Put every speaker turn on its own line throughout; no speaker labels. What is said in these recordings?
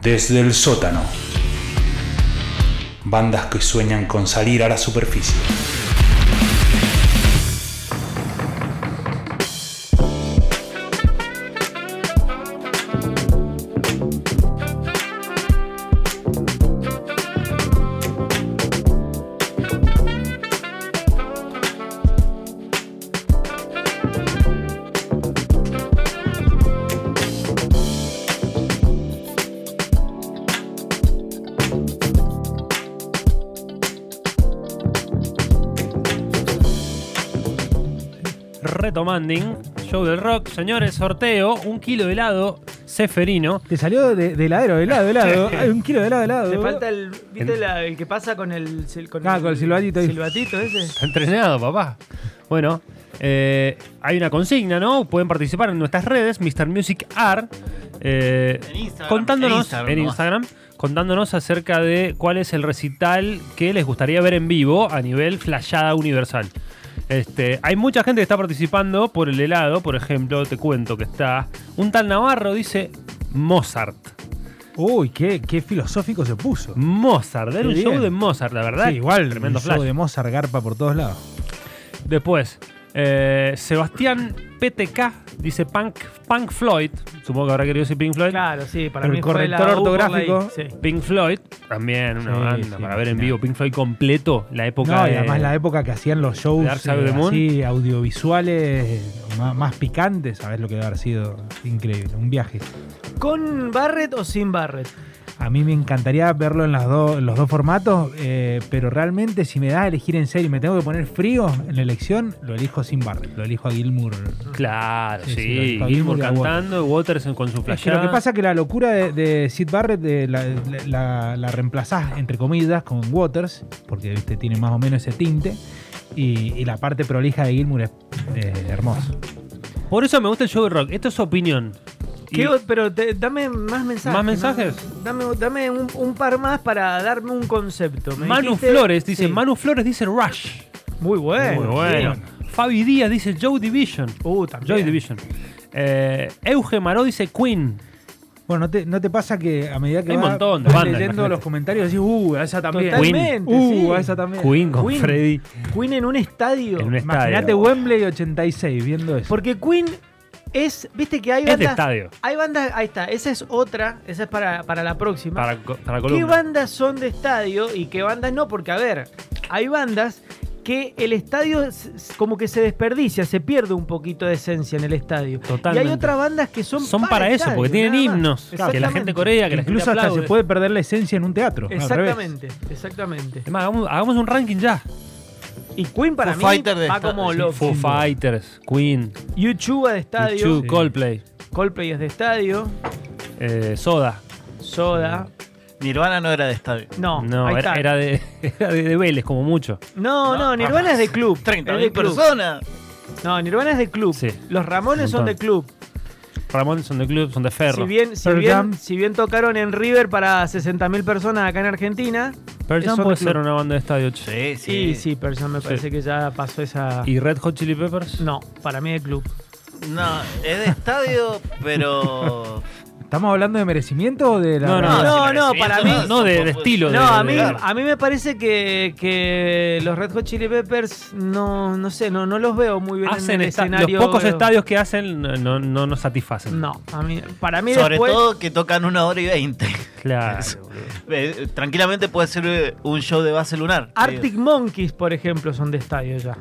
Desde el sótano. Bandas que sueñan con salir a la superficie.
Retomanding, show del rock, señores, sorteo, un kilo de helado ceferino.
Te salió de, de heladero, de helado, de helado. Hay un kilo de helado, de helado.
Te falta el. ¿Viste la- el que pasa con el. sil- Con
Ah, con el silbatito ahí.
silbatito ese?
Está entrenado, papá. Bueno, eh, hay una consigna, ¿no? Pueden participar en nuestras redes, Mr. Music Art. eh,
En Instagram,
contándonos
en Instagram
en
nomás.
Instagram, contándonos acerca de cuál es el recital que les gustaría ver en vivo a nivel flashada universal. Este, hay mucha gente que está participando por el helado, por ejemplo, te cuento que está un tal Navarro dice Mozart.
Uy, qué, qué filosófico se puso.
Mozart, era
Qué
un show
bien.
de Mozart, la verdad.
Sí, igual,
tremendo
el show
flash.
de Mozart garpa por todos lados.
Después, eh, Sebastián PTK dice Punk, Punk Floyd. Supongo que habrá querido decir Pink Floyd.
Claro, sí, para
El
mí fue la
corrector
U por la
ortográfico.
I, sí.
Pink Floyd, también una
Sí,
banda
sí,
para ver en
mirá.
vivo Pink Floyd completo, la época
No, y
de-
además la época que hacían los shows eh,
Dark Side of the Moon.
así, audiovisuales eh, más, más picantes, sabes lo que debe haber sido increíble, un viaje.
¿Con Barrett o sin Barrett?
A mí me encantaría verlo en, las dos- en los dos formatos, eh, pero realmente si me da a elegir en serio y me tengo que poner frío en la elección, lo elijo sin Barrett, lo elijo a Gilmour.
Claro,
Sí,
sí,
sí, los
Gilmour
Gilmour y Waters.
cantando, Waters con su
Es
flash.
que lo que pasa es que la locura de, de Sid Barrett de la, la- la- la reemplazás, entre comillas, con Waters, porque viste, tiene más o menos ese tinte, y, y la parte prolija de Gilmour es eh, hermosa.
Por eso me gusta el show de rock, esto es opinión. Y-
¿Qué o- pero te- dame más mensajes.
¿Más mensajes?
¿no? Dame, dame un, un par más para darme un concepto. Me
Manu
dijiste-
Flores dice,
sí.
Manu Flores dice Rush.
Muy bueno.
Muy bueno.
sí.
Fabi Díaz dice Joe Division.
Uh, también.
Joy Division. Eh, Euge Maró dice Queen.
Bueno, ¿no te, no te pasa que a medida que
Hay un
vas-
montón de
vas
bandas,
leyendo
imagínate.
los comentarios decís, uh, a esa también.
Totalmente,
Uh,
sí.
a esa también.
Queen con
Queen.
Freddy
Queen en un estadio.
en un
Imagínate
estadio.
Wembley 86 viendo eso.
Porque Queen es, viste que hay
Es de
bandas,
estadio.
hay bandas, ahí está, esa es otra, esa es para, para la próxima.
Para, co- para
¿Qué
columna.
bandas son de estadio y qué bandas no? Porque, a ver, hay bandas que el estadio s- s- como que se desperdicia, se pierde un poquito de esencia en el estadio.
Totalmente.
Y hay otras bandas que son,
Son para eso,
estadio,
porque tienen
nada más.
himnos. Que la gente
Exactamente.
corea, que la gente
Incluso hasta
aplaude.
se puede perder la esencia en un teatro. al revés.
Exactamente, exactamente.
Es más, hagamos, hagamos un ranking ya.
Y Queen para
Foo
mí
Fighter de
va
esta-
como
sí,
loco.
Foo Fighters, Queen,
YouTube de estadio,
YouTube, Coldplay,
Coldplay es de estadio,
eh, Soda.
Soda.
Nirvana no era de estadio.
No,
No,
ahí
era,
está.
era de, era de, de Vélez, como mucho.
No, no, Nirvana es de club. es de
30.000
club.
personas.
No, Nirvana es de club.
Sí.
Los Ramones
Un
son de
montón.
club.
Ramón son de club, son de ferro.
Si bien, si,
Pearl
bien,
Jam.
si bien tocaron en River para 60.000 personas acá en Argentina.
Pearl Jam
son
puede
de club.
ser una banda de estadio. che.
Sí,
Sí, sí, Pearl Jam me parece que ya pasó esa.
¿Y Red Hot Chili Peppers?
No, para mí de club.
No, es de estadio, pero.
¿Estamos hablando de merecimiento o de la.?
No, no,
realidad?
no, no, para mí-
no, de- de estilo, de-
No, a mí,
claro.
a mí me parece que, que los Red Hot Chili Peppers no, no sé, no, no los veo muy bien en
Hacen
el
esta-
escenario.
los pocos estadios que hacen no, no, no nos satisfacen.
No, a mí, para mí
Sobre
después.
todo que tocan una hora y veinte.
Claro.
Eh, Tranquilamente puede ser eh, un show de base lunar. Eh,
Arctic Monkeys, por ejemplo, son de estadio ya.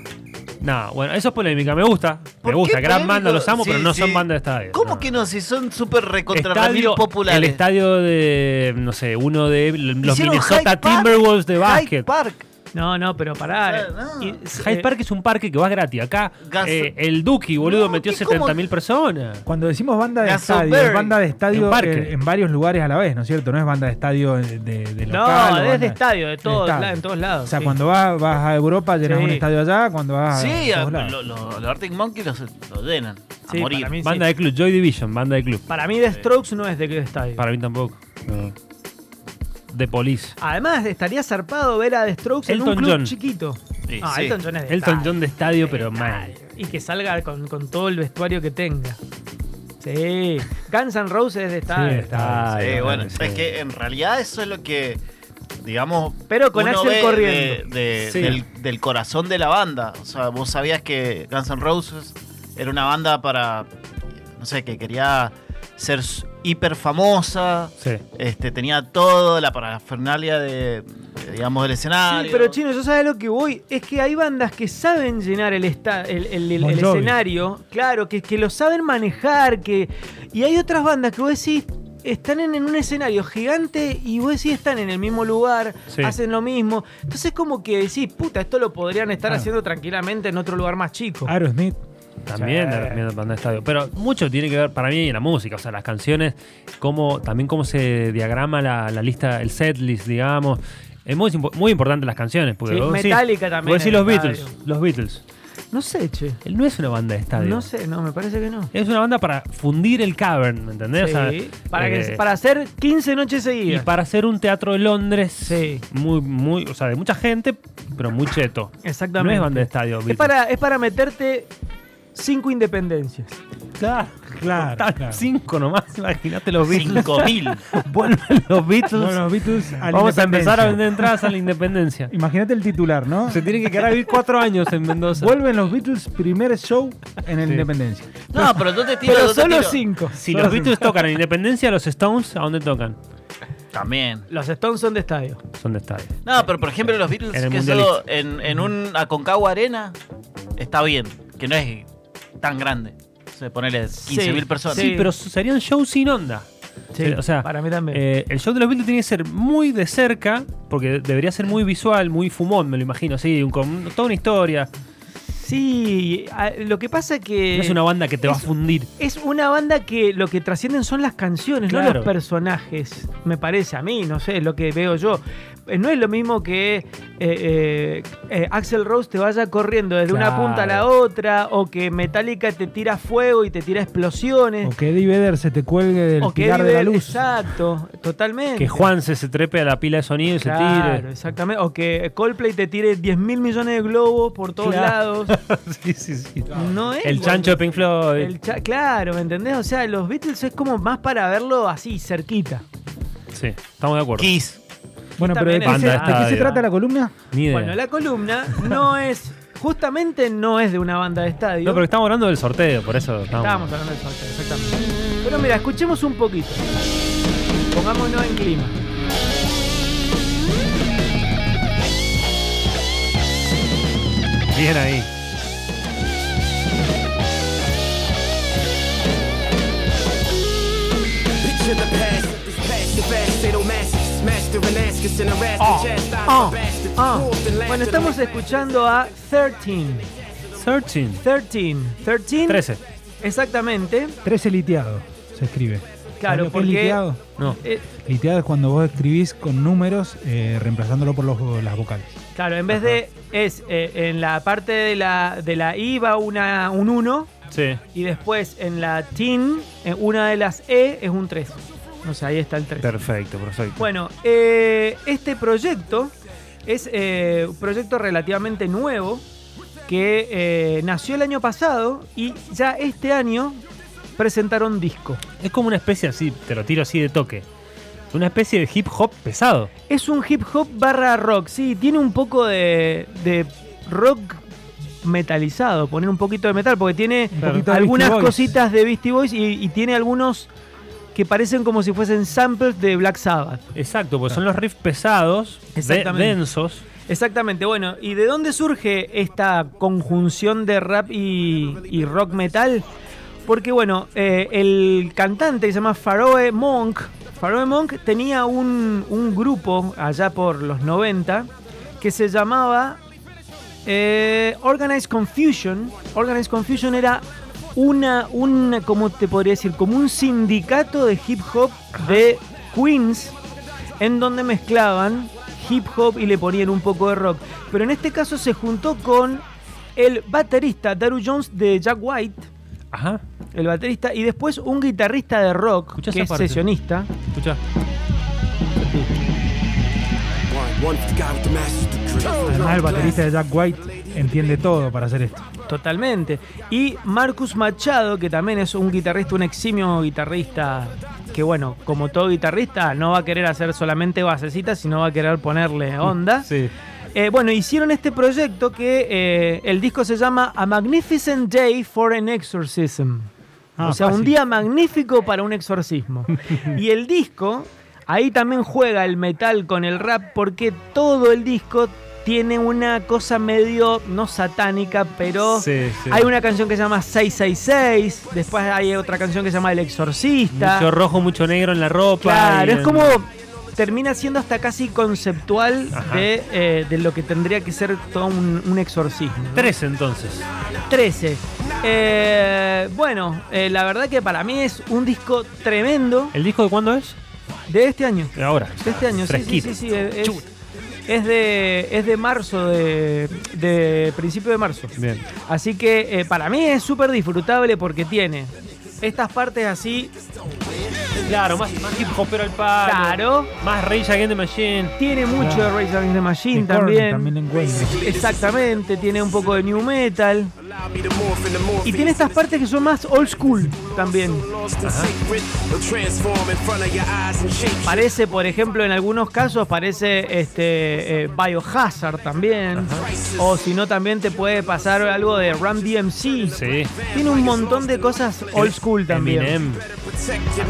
No, bueno, eso es polémica. Me gusta. Me
¿Por
gusta.
qué
Gran
polémico?
banda, los amo,
Sí,
pero no
sí.
son banda de estadio.
¿Cómo que no? Si son súper recontra mil
Estadio-
populares.
El estadio de, no sé, uno de los
Hicieron
Minnesota
Hyde Park,
Timberwolves de
Hyde
básquet.
Park.
No, no, pero pará.
Claro, no.
Y-
Ah, Hyde
eh,
Park es un parque que vas gratis. Acá
Gas-
eh, el Duki, boludo,
No,
metió
¿qué? ¿Cómo?
70.000 personas.
Cuando decimos banda de
Gasol
estadio, es
Berry.
banda de estadio
En
en,
parque.
en varios lugares a la vez, ¿no es cierto? No es banda de estadio de, de- de
No,
local. o
desde
banda de-
estadio, de todos
estadio.
lados, en todos lados,
O sea,
sí.
cuando vas, vas a Europa llenas
Sí.
un estadio allá, cuando vas
Sí,
a Ah,
a-
todos
lo-
lados.
lo- los Arctic Monkeys los, los llenan. A
Sí,
morir.
para mí sí.
Banda de club, Joy Division, banda de club.
Para mí The Strokes no es de estadio.
Para mí tampoco. De Police.
Además, estaría zarpado ver a The Strokes en
Elton
un club
John.
chiquito.
Sí,
ah,
sí.
Elton John es de
Elton
estadio.
John de estadio,
de
pero mal.
estadio. Y que salga con, con todo el vestuario que tenga. Sí. Guns N' Roses está.
Sí, está.
Sí,
Ay,
bueno,
sí.
es que en realidad eso es lo que, digamos,
Pero con
uno
Axel
ve de-
corriendo.
de-
Sí.
del, del corazón de la banda. O sea, vos sabías que Guns N' Roses era una banda para, no sé, que quería ser s- hiper famosa,
Sí.
este, tenía todo, la parafernalia de, de, digamos, del escenario.
Sí, pero chino, yo sabes lo que voy. Es que hay bandas que saben llenar el, esta- el, el- el-
Bon
el
Jovi.
escenario, claro, que, que lo saben manejar. que Y hay otras bandas que vos decís, están en, en un escenario gigante y vos decís, están en el mismo lugar,
Sí.
hacen lo mismo. Entonces, como que decís, puta, esto lo podrían estar
Ah.
Claro.
haciendo tranquilamente en otro lugar más chico.
Aerosmith.
También
Sí.
la recomiendo Panda Estadio. Pero mucho tiene que ver para mí en la música, o sea, las canciones, cómo, también cómo se diagrama la, la lista, el setlist, digamos. Es muy, impo- muy importante las canciones. Porque
Sí,
vos decís-
Metallica también
Vos decís
en
los
el
Beatles.
estadio.
Los Beatles.
No sé, che.
Él no es una banda de estadio.
No sé, no, me parece que no.
Es una banda para fundir el cavern, ¿me entendés? O sea,
Sí, para, que,
eh,
para hacer 15 noches
y
seguidas.
para hacer un teatro de Londres
Sí.
muy, muy, o sea, de mucha gente, pero muy cheto. No
Exactamente.
es banda de estadio,
Es
Beatles.
para, es para meterte cinco independencias.
Claro,
Claro,
Tan-
claro.
Cinco nomás, imagínate los Beatles.
5000.
Vuelven los Beatles.
Bueno, los Beatles a la
Vamos a empezar a
independencia.
vender entradas a la independencia.
Imagínate el titular, ¿no?
Se tiene que quedar a vivir cuatro años en Mendoza.
Vuelven los Beatles, primer show en el
Sí.
Independencia.
No, pero yo te tiro.
Pero
yo te
solo
tiro.
cinco.
Si los Beatles tocan en Independencia, los Stones, ¿a dónde tocan?
También.
Los Stones son de estadio.
Son de estadio.
No, pero por ejemplo los Beatles
En el
que
mundialista.
solo en, en un Aconcagua Arena está bien, que no es tan grande. O sea, ponele 15.000 personas.
Sí,
Sí.
pero serían shows sin onda. Sí, o sea,
para mí también.
Eh, el show de los Beatles tiene que ser muy de cerca, porque debería ser muy visual, muy fumón, me lo imagino, sí, un- con toda una historia.
sí, a- lo que pasa que
no es una banda que te va a
es-
fundir.
es una banda que lo que trascienden son las canciones, no
Claro.
los personajes. Me parece a mí, no sé, es lo que veo yo. Eh, No es lo mismo que eh, eh, eh, Axel Rose te vaya corriendo desde una
Claro.
punta a la otra, o que Metallica te tira fuego y te tira explosiones,
O que Eddie Vedder se te cuelgue del
o que
pilar de la
Eddie Vedder-
luz.
Exacto, totalmente.
Que Juan se, se trepe a la pila de sonido y
Claro,
se
exactamente. O que Coldplay te tire 10 mil millones de globos por todos
Claro.
lados.
tire. sí, sí, sí.
No es
El
lo-
chancho de Pink Floyd.
el cha- claro, ¿me entendés? O sea, los Beatles es como más para verlo así, cerquita.
Sí, estamos de acuerdo.
Kiss.
Bueno, pero ¿de qué,
Banda
se,
de
de qué se
estadio.
trata la columna?
Ni idea.
Bueno, la columna no es. Justamente no es de una banda de estadio.
No, pero estamos hablando del sorteo, por eso estamos.
Estábamos hablando de sorteo, exactamente. Pero mira, escuchemos un poquito. Pongámonos en clima.
Bien ahí.
Picture the past, this past, the vast, fatal masses, master and ask us in a rasp,
Ah,
chastise
ah,
the bastards,
ah.
dwarfed and
Bueno,
laughed
estamos
at the
escuchando a 13.
13.
13. 13.
13.
Exactamente.
13 liteado se escribe.
Claro,
¿Sabés lo que es
porque-
liteado?
No.
Eh,
Liteado es cuando vos escribís con números eh, reemplazándolo por los- las vocales.
Claro, en vez de es eh, en la parte de la, de la I va una, un 1
Sí.
y después en la TIN, en una de las E es un 3. No sé, ahí está el 3.
Perfecto, perfecto.
Bueno, eh, este proyecto es eh, un proyecto relativamente nuevo que eh, nació el año pasado y ya este año presentaron disco.
Es como una especie así, te lo tiro así de toque. Una especie de hip hop pesado.
Es un hip hop barra rock, sí, tiene un poco de, de rock metalizado, poner un poquito de metal, porque tiene
Claro.
poquito de
algunas
Beastie Boys.
cositas de Beastie Boys y, y tiene algunos que parecen como si fuesen samples de Black Sabbath.
Exacto, porque son los riffs pesados, de-
Exactamente.
densos.
Exactamente, bueno, ¿y de dónde surge esta conjunción de rap y, y rock metal? Porque bueno, eh, el cantante que se llama Faroe Monk, Faroe Monk tenía un, un grupo allá por los 90 que se llamaba eh, Organized Confusion. Organized Confusion era una, una, ¿cómo te podría decir? Como un sindicato de hip hop de Queens en donde mezclaban hip hop y le ponían un poco de rock. Pero en este caso se juntó con el baterista Daru Jones de Jack White,
Ajá,
el baterista, y después un guitarrista de rock
Escuchá
que
esa
es
parte.
sesionista.
escucha.
One, one for the guy with the master's degree.
Además, el baterista de Jack White entiende todo para hacer esto.
Totalmente. Y Marcus Machado, que también es un guitarrista, un eximio guitarrista, que bueno, como todo guitarrista, no va a querer hacer solamente basecitas, sino va a querer ponerle onda.
Sí.
Eh, bueno, hicieron este proyecto que eh, el disco se llama A Magnificent Day for an Exorcism.
Ah,
o sea, un
fácil.
día magnífico para un exorcismo. y el disco, ahí también juega el metal con el rap porque todo el disco tiene una cosa medio, no satánica, pero...
Sí, sí.
Hay una canción que se llama 666, después hay otra canción que se llama El Exorcista.
Mucho rojo, mucho negro en la ropa.
Claro,
y
es
en-
como. Termina siendo hasta casi conceptual
Ajá.
de, eh, de lo que tendría que ser todo un, un exorcismo. ¿no?
Tres entonces.
13. Eh, bueno, eh, la verdad que para mí es un disco tremendo
¿El disco de cuándo es?
de este año.
De ahora.
De este año, sí, sí,
Fresquito.
sí, sí, es, es de, es de marzo, de, de principio de marzo.
Bien.
Así que eh, para mí es súper disfrutable porque tiene estas partes así,
Claro, más, más hip hopero al palo.
claro.
Más Rage Against the Machine.
Tiene mucho de Rage Against the Machine
Y Korn
también.
también encuentra.
Exactamente, tiene un poco de new metal. Y tiene estas partes que son más old school también. Parece, por ejemplo, en algunos casos parece este eh, Biohazard también. O si no, también te puede pasar algo de Ram DMC.
Sí. Em-
Tiene un montón de cosas old school también.
Eminem.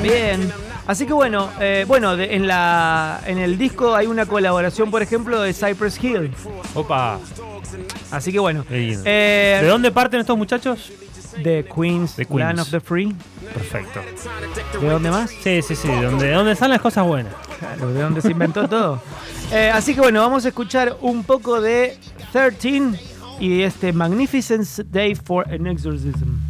Bien. Así que bueno, eh, bueno, de- en la en el disco hay una colaboración, por ejemplo, de Cypress Hill.
Opa.
Así que bueno.
Qué lindo.
Eh,
¿De dónde parten estos muchachos?
de Queens,
De Queens.
Land of the Free.
Perfecto.
¿De dónde más?
Sí, sí, sí. ¿De dónde, de dónde salen las cosas buenas?
Claro, de dónde se inventó todo. Eh, así que bueno, vamos a escuchar un poco de 13 y este Magnificent Day for an Exorcism.